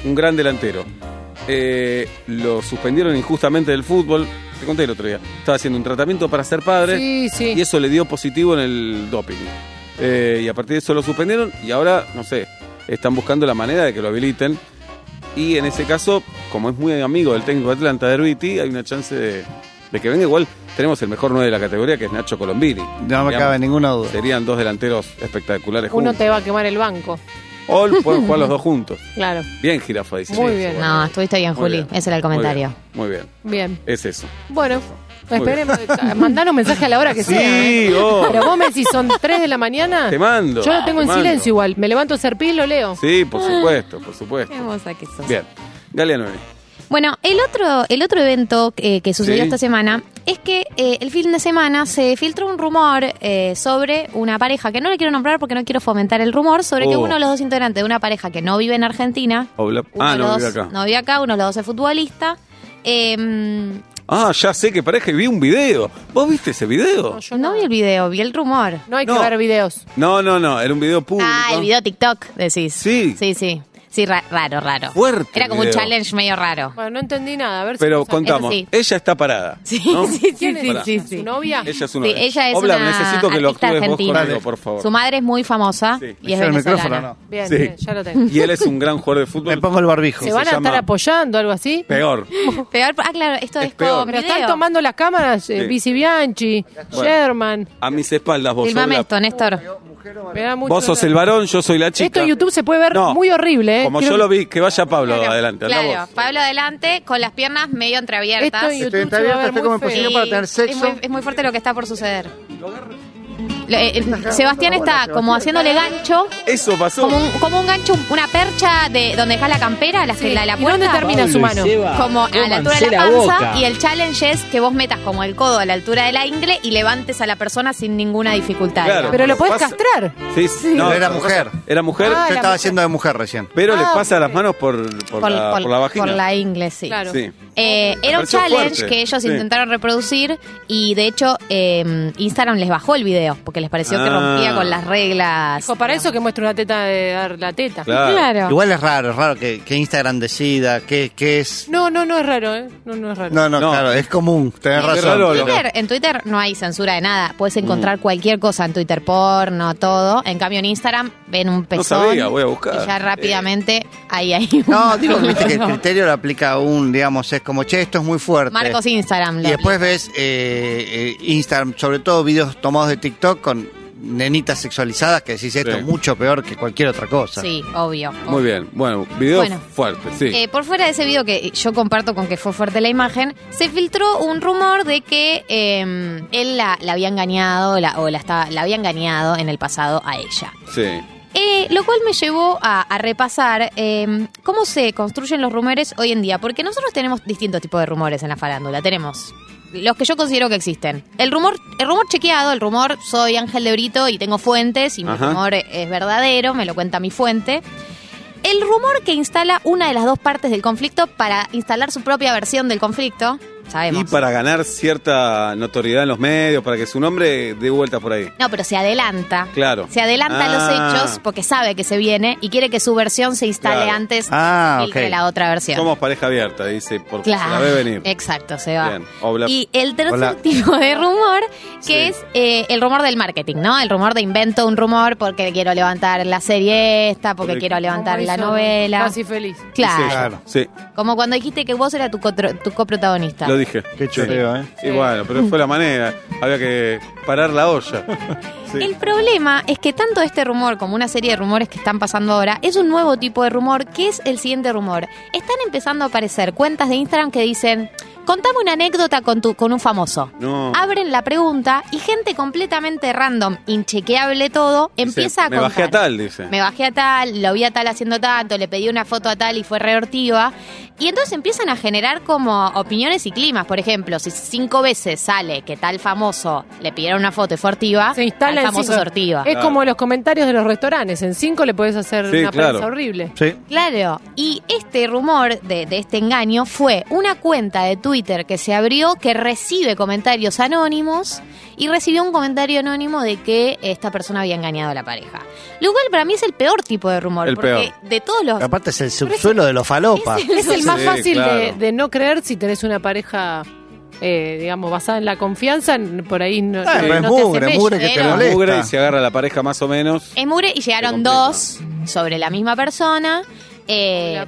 Speaker 2: un gran delantero. Eh, lo suspendieron injustamente del fútbol. Te conté el otro día. Estaba haciendo un tratamiento para ser padre
Speaker 4: Sí, sí.
Speaker 2: y eso le dio positivo en el doping. Eh, y a partir de eso lo suspendieron y ahora, no sé, están buscando la manera de que lo habiliten. Y en ese caso, como es muy amigo del técnico de Atlanta, Derviti, hay una chance de, de que venga. Igual tenemos el mejor 9 de la categoría, que es Nacho Colombini.
Speaker 5: No me cabe ninguna duda.
Speaker 2: Serían dos delanteros espectaculares
Speaker 4: Uno
Speaker 2: juntos.
Speaker 4: te va a quemar el banco.
Speaker 2: O pueden jugar los dos juntos.
Speaker 4: Claro.
Speaker 2: Bien, jirafa, dice.
Speaker 4: Muy bien.
Speaker 2: bueno.
Speaker 3: No, estuviste bien,
Speaker 2: Muy
Speaker 3: Juli.
Speaker 2: bien.
Speaker 3: Ese era el
Speaker 2: Muy
Speaker 3: comentario.
Speaker 2: bien, Muy bien.
Speaker 4: Bien.
Speaker 2: Es eso.
Speaker 4: Bueno,
Speaker 2: Muy
Speaker 4: esperemos. Mandanos mensaje a la hora que sea.
Speaker 2: Sí,
Speaker 4: ¿eh?
Speaker 2: oh.
Speaker 4: Pero vos me decís, son 3 de la mañana.
Speaker 2: Te mando,
Speaker 4: Yo lo tengo
Speaker 2: te
Speaker 4: en
Speaker 2: mando.
Speaker 4: silencio igual. Me levanto a serpil y lo leo.
Speaker 2: Sí, por supuesto, por supuesto.
Speaker 3: que sos.
Speaker 2: Bien. Galia 9.
Speaker 3: Bueno, el otro, el otro evento eh, que sucedió
Speaker 2: Sí.
Speaker 3: esta semana es que eh, el fin de semana se filtró un rumor eh, sobre una pareja, que no le quiero nombrar porque no quiero fomentar el rumor, sobre que
Speaker 2: Oh.
Speaker 3: uno de los dos integrantes de una pareja que no vive en Argentina, uno
Speaker 2: Ah,
Speaker 3: de
Speaker 2: no,
Speaker 3: los dos,
Speaker 2: vive acá.
Speaker 3: no vive acá, uno de los dos es futbolista, eh,
Speaker 2: Ah, ya sé que pareja y vi un video. ¿Vos viste ese video?
Speaker 4: No, yo
Speaker 3: no vi el video, vi el rumor.
Speaker 4: No hay que
Speaker 2: No.
Speaker 4: ver videos.
Speaker 2: No, no, no. Era un video público.
Speaker 3: Ah, el video TikTok, decís.
Speaker 2: Sí.
Speaker 3: Sí, sí. Sí, ra- raro, raro.
Speaker 2: Fuerte
Speaker 3: Era como
Speaker 2: video.
Speaker 3: un challenge medio raro.
Speaker 4: Bueno, no entendí nada. A ver si
Speaker 2: Pero
Speaker 4: vos sabés.
Speaker 2: contamos.
Speaker 3: Eso sí.
Speaker 2: Ella está parada.
Speaker 3: Sí,
Speaker 2: ¿no?
Speaker 3: sí, sí, sí,
Speaker 2: Pará.
Speaker 3: sí,
Speaker 4: ¿Su
Speaker 3: sí.
Speaker 4: novia?
Speaker 2: Ella es una.
Speaker 3: Sí, ella es
Speaker 2: Obla,
Speaker 3: una
Speaker 2: necesito que lo
Speaker 3: artista
Speaker 2: actúes vos
Speaker 3: argentina.
Speaker 2: conmigo, por favor.
Speaker 3: Su madre es muy famosa
Speaker 2: Sí.
Speaker 3: y es
Speaker 5: el
Speaker 3: venezolana.
Speaker 5: micrófono, no.
Speaker 4: Bien,
Speaker 2: Sí.
Speaker 4: bien, ya lo tengo.
Speaker 2: Y él es un gran jugador de
Speaker 5: Me
Speaker 2: fútbol.
Speaker 5: pongo el barbijo.
Speaker 4: ¿Se van a
Speaker 2: llama-
Speaker 4: estar apoyando algo así?
Speaker 2: Peor.
Speaker 3: Peor, ah, claro, esto
Speaker 2: Es
Speaker 3: es,
Speaker 2: peor.
Speaker 3: como
Speaker 4: Pero están
Speaker 3: video.
Speaker 4: tomando las cámaras, eh,
Speaker 2: Sí.
Speaker 4: Bici Bianchi, Sherman.
Speaker 2: A mis espaldas vos sos
Speaker 3: Filmame
Speaker 2: la-
Speaker 3: esto, Néstor.
Speaker 4: Me da mucho
Speaker 2: Vos sos el
Speaker 4: dolor.
Speaker 2: varón, yo soy la chica.
Speaker 4: Esto en YouTube se puede ver muy horrible, ¿eh?
Speaker 2: Como
Speaker 4: Quiero-
Speaker 2: yo lo vi, que vaya Pablo adelante. anda
Speaker 3: Claro,
Speaker 2: vos.
Speaker 3: Pablo adelante con las piernas medio entreabiertas.
Speaker 4: Esto en YouTube
Speaker 5: Estoy- está
Speaker 4: se va a
Speaker 5: abierta,
Speaker 4: ver
Speaker 5: estoy
Speaker 4: muy
Speaker 5: como en
Speaker 4: feo.
Speaker 5: posición- Yo para tener
Speaker 3: Es
Speaker 5: sexo.
Speaker 3: muy, es muy fuerte lo que está por suceder. Lo- eh, el- Sebastián está como haciéndole gancho,
Speaker 2: Eso pasó.
Speaker 3: como un, como un gancho, una percha de donde dejas la campera, la,
Speaker 4: Sí,
Speaker 3: la, la
Speaker 4: ¿Y dónde
Speaker 3: puerta.
Speaker 4: termina su mano?
Speaker 3: como a la altura de la panza y el challenge es que vos metas como el codo a la altura de la ingle y levantes a la persona sin ninguna dificultad.
Speaker 2: Claro.
Speaker 3: digamos.
Speaker 4: Pero lo podés
Speaker 2: Pasa-
Speaker 4: castrar.
Speaker 2: Sí, no,
Speaker 5: Pero era
Speaker 2: lo que
Speaker 5: mujer.
Speaker 2: pasa- Era mujer,
Speaker 4: Ah,
Speaker 5: Yo
Speaker 4: la
Speaker 5: estaba
Speaker 4: mujer.
Speaker 5: haciendo de mujer recién.
Speaker 2: pero
Speaker 4: Ah,
Speaker 2: le pasa las manos por, por, la, por la vagina.
Speaker 3: por la ingle, sí.
Speaker 4: Claro.
Speaker 2: Sí.
Speaker 3: Eh,
Speaker 2: Me
Speaker 3: era un
Speaker 2: pareció
Speaker 3: challenge
Speaker 2: fuerte.
Speaker 3: que ellos
Speaker 2: Sí.
Speaker 3: intentaron reproducir y de hecho eh, Instagram les bajó el video porque les pareció que
Speaker 2: Ah.
Speaker 3: rompía con las reglas.
Speaker 4: Dijo, para eso que muestre una teta de dar la teta.
Speaker 2: Claro.
Speaker 5: Igual es raro, es raro que, que Instagram decida qué qué es.
Speaker 4: No, no, no es raro, ¿eh? No, no es raro.
Speaker 5: No, no,
Speaker 2: No.
Speaker 5: claro, es común. Tenés
Speaker 2: Es
Speaker 5: razón.
Speaker 2: raro,
Speaker 3: En
Speaker 2: lo-
Speaker 5: pero-
Speaker 3: Twitter, en Twitter no hay censura de nada. Puedes
Speaker 2: Mm.
Speaker 3: encontrar cualquier cosa en Twitter, porno, todo. En cambio, en Instagram ven un pezón.
Speaker 2: sabía, voy a buscar. Eh.
Speaker 3: Y ya rápidamente ahí hay un-
Speaker 5: No, digo, viste que el criterio lo aplica un, digamos, es como, che, esto es muy fuerte.
Speaker 3: Marcos Instagram.
Speaker 5: Y
Speaker 3: lo-
Speaker 5: después ves eh, eh, Instagram, sobre todo videos tomados de TikTok con nenitas sexualizadas que decís esto
Speaker 2: Sí.
Speaker 5: es mucho peor que cualquier otra cosa.
Speaker 3: Sí, obvio.
Speaker 2: Muy bien. Bueno, video
Speaker 3: Bueno.
Speaker 2: fuerte, sí.
Speaker 3: Eh, por fuera de ese video que yo comparto con que fue fuerte la imagen, se filtró un rumor de que eh, él la, la había engañado la- o la, estaba, la había engañado en el pasado a ella.
Speaker 2: sí.
Speaker 3: Eh, lo cual me llevó a, a repasar eh, cómo se construyen los rumores hoy en día, porque nosotros tenemos distintos tipos de rumores en la farándula. Tenemos los que yo considero que existen. El rumor, el rumor chequeado, el rumor soy Ángel de Brito y tengo fuentes y mi
Speaker 2: Ajá.
Speaker 3: rumor es verdadero, me lo cuenta mi fuente. El rumor que instala una de las dos partes del conflicto para instalar su propia versión del conflicto, sabemos.
Speaker 2: Y para ganar cierta notoriedad en los medios, para que su nombre dé vueltas por ahí.
Speaker 3: No, pero se adelanta.
Speaker 2: Claro.
Speaker 3: Se adelanta
Speaker 2: Ah.
Speaker 3: los hechos porque sabe que se viene y quiere que su versión se instale
Speaker 2: Claro.
Speaker 3: antes
Speaker 5: Ah,
Speaker 3: que filtre
Speaker 5: ok.
Speaker 3: la otra versión.
Speaker 2: Somos pareja abierta, dice, porque
Speaker 3: Claro. Eh,
Speaker 2: se la ve venir.
Speaker 3: Exacto, se va.
Speaker 2: Bien. Hola.
Speaker 3: Y el tercer
Speaker 5: Hola.
Speaker 3: tipo de rumor,
Speaker 2: Sí.
Speaker 3: que es eh, el rumor del marketing, ¿no? El rumor de invento un rumor porque quiero levantar la serie esta, porque
Speaker 2: Correcto.
Speaker 3: quiero levantar
Speaker 4: Como
Speaker 3: la
Speaker 4: hizo
Speaker 3: novela.
Speaker 4: Casi feliz.
Speaker 3: Claro.
Speaker 2: Sí,
Speaker 3: Como cuando dijiste que vos eras tu, cotro- tu coprotagonista.
Speaker 2: lo dije.
Speaker 5: Qué choreo, ¿eh?
Speaker 2: Y bueno, pero fue la manera. Había que parar la olla. Sí.
Speaker 3: El problema es que tanto este rumor como una serie de rumores que están pasando ahora es un nuevo tipo de rumor que es el siguiente rumor. Están empezando a aparecer cuentas de Instagram que dicen, Contame una anécdota con, tu, con un famoso.
Speaker 2: No.
Speaker 3: Abren la pregunta y gente completamente random, inchequeable todo,
Speaker 2: Dice,
Speaker 3: empieza a
Speaker 2: Me
Speaker 3: contar.
Speaker 2: bajé a tal, dice.
Speaker 3: Me bajé a tal, lo vi a tal haciendo tanto, le pedí una foto a tal y fue reortiva. Y entonces empiezan a generar como opiniones y climas. Por ejemplo, si cinco veces sale que tal famoso le pidieron una foto y fue ortiva,
Speaker 4: Se instala Eh.
Speaker 3: tal
Speaker 4: en
Speaker 3: famoso
Speaker 4: cinco.
Speaker 3: es ortiva.
Speaker 4: Es
Speaker 2: Claro.
Speaker 4: como los comentarios de los restaurantes. En cinco le podés hacer
Speaker 2: Sí,
Speaker 4: una
Speaker 2: claro.
Speaker 4: prensa horrible.
Speaker 5: Sí.
Speaker 3: Claro, y este rumor de, de este engaño fue una cuenta de Twitter que se abrió que recibe comentarios anónimos y recibió un comentario anónimo de que esta persona había engañado a la pareja. Lo cual para mí es el peor tipo de rumor,
Speaker 2: El
Speaker 3: porque
Speaker 2: peor.
Speaker 3: de todos los...
Speaker 5: Aparte es el subsuelo de los Eh, falopas.
Speaker 4: Es el más
Speaker 2: Sí,
Speaker 4: fácil
Speaker 2: claro.
Speaker 4: de, de no creer si tenés una pareja, eh, digamos, basada en la confianza. n- Por ahí no,
Speaker 5: Ah,
Speaker 4: no-
Speaker 5: pero es
Speaker 4: no te hace
Speaker 5: mugre,
Speaker 4: bello.
Speaker 5: mugre que te
Speaker 3: pero-
Speaker 5: molesta.
Speaker 2: Mugre y se agarra la pareja más o menos.
Speaker 3: Es mugre y llegaron
Speaker 2: complica.
Speaker 3: dos sobre la misma persona. Eh,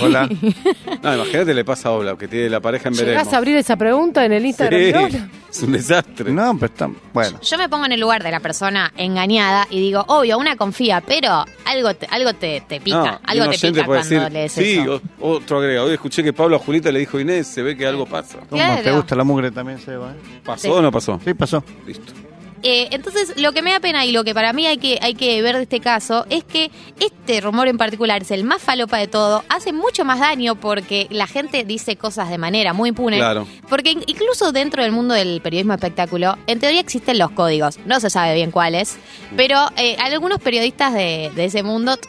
Speaker 5: Hola.
Speaker 2: No, imagínate le pasa a Ola, que tiene la pareja en veremos.
Speaker 4: ¿Llegás a abrir esa pregunta en el Instagram? de
Speaker 2: Sí,
Speaker 4: Lola?
Speaker 2: es un desastre.
Speaker 5: No, pero está. Bueno.
Speaker 3: yo me pongo en el lugar de la persona engañada y digo, obvio, una confía, pero algo te, algo te, te pica,
Speaker 2: No, y
Speaker 3: algo
Speaker 2: un
Speaker 3: te
Speaker 2: oyente
Speaker 3: pica cuando
Speaker 2: puede decir,
Speaker 3: lees
Speaker 2: sí,
Speaker 3: eso.
Speaker 2: o- otro agrega. Hoy escuché que Pablo a Julita le dijo Inés, se ve que algo pasa.
Speaker 5: Toma,
Speaker 3: Claro.
Speaker 5: ¿Te gusta la mugre también, Seba? eh?
Speaker 2: ¿Pasó
Speaker 3: Sí.
Speaker 2: o no pasó?
Speaker 5: Sí, pasó.
Speaker 2: Listo.
Speaker 3: Eh, entonces, lo que me da pena y lo que para mí hay que, hay que ver de este caso es que este rumor en particular es el más falopa de todo, hace mucho más daño porque la gente dice cosas de manera muy impune.
Speaker 2: Claro.
Speaker 3: Porque in- incluso dentro del mundo del periodismo espectáculo, en teoría existen los códigos, no se sabe bien cuáles, pero eh, algunos periodistas de, de ese mundo t-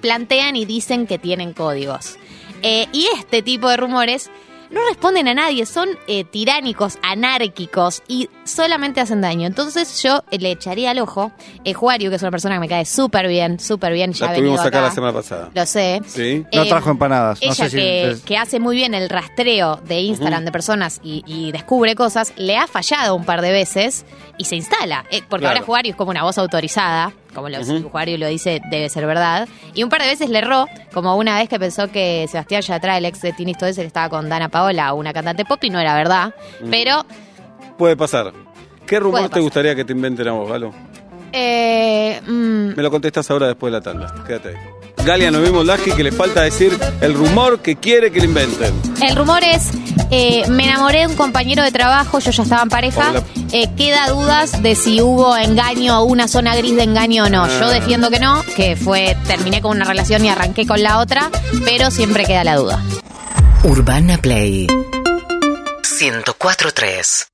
Speaker 3: plantean y dicen que tienen códigos. Eh, y este tipo de rumores no responden a nadie, son eh, tiránicos, anárquicos y solamente hacen daño. Entonces yo eh, le echaría al ojo, eh, Juario, que es una persona que me cae súper bien, súper bien, ya ha
Speaker 2: La
Speaker 3: venido
Speaker 2: tuvimos acá
Speaker 3: acá,
Speaker 2: la semana pasada.
Speaker 3: lo sé.
Speaker 2: Sí.
Speaker 5: No
Speaker 3: Eh,
Speaker 5: trajo empanadas.
Speaker 3: Ella
Speaker 5: No sé si.
Speaker 3: que,
Speaker 5: les-
Speaker 3: que hace muy bien el rastreo de Instagram de personas y, y descubre cosas, le ha fallado un par de veces y se instala. Eh, porque
Speaker 2: Claro.
Speaker 3: ahora Juario es como una voz autorizada, como lo, Juario lo dice, debe ser verdad. Y un par de veces le erró, como una vez que pensó que Sebastián Yatra, el ex de Tini Stoessel, estaba con Dana Paola, una cantante pop, y no era verdad.
Speaker 5: Mm.
Speaker 3: Pero
Speaker 2: Puede pasar. ¿Qué rumor
Speaker 3: Puede
Speaker 2: te
Speaker 3: pasar.
Speaker 2: gustaría que te inventen a vos, Galo?
Speaker 3: eh, mm,
Speaker 2: Me lo contestas ahora después de la tanda. Quédate ahí. Galia, nos vimos Lasky que le falta decir el rumor que quiere que le inventen.
Speaker 3: El rumor es, eh, me enamoré de un compañero de trabajo, yo ya estaba en pareja,
Speaker 2: Hola.
Speaker 3: eh, queda dudas de si hubo engaño o una zona gris de engaño o no. Yo defiendo que no, que fue, terminé con una relación y arranqué con la otra, pero siempre queda la duda.
Speaker 1: Urbana Play 104.3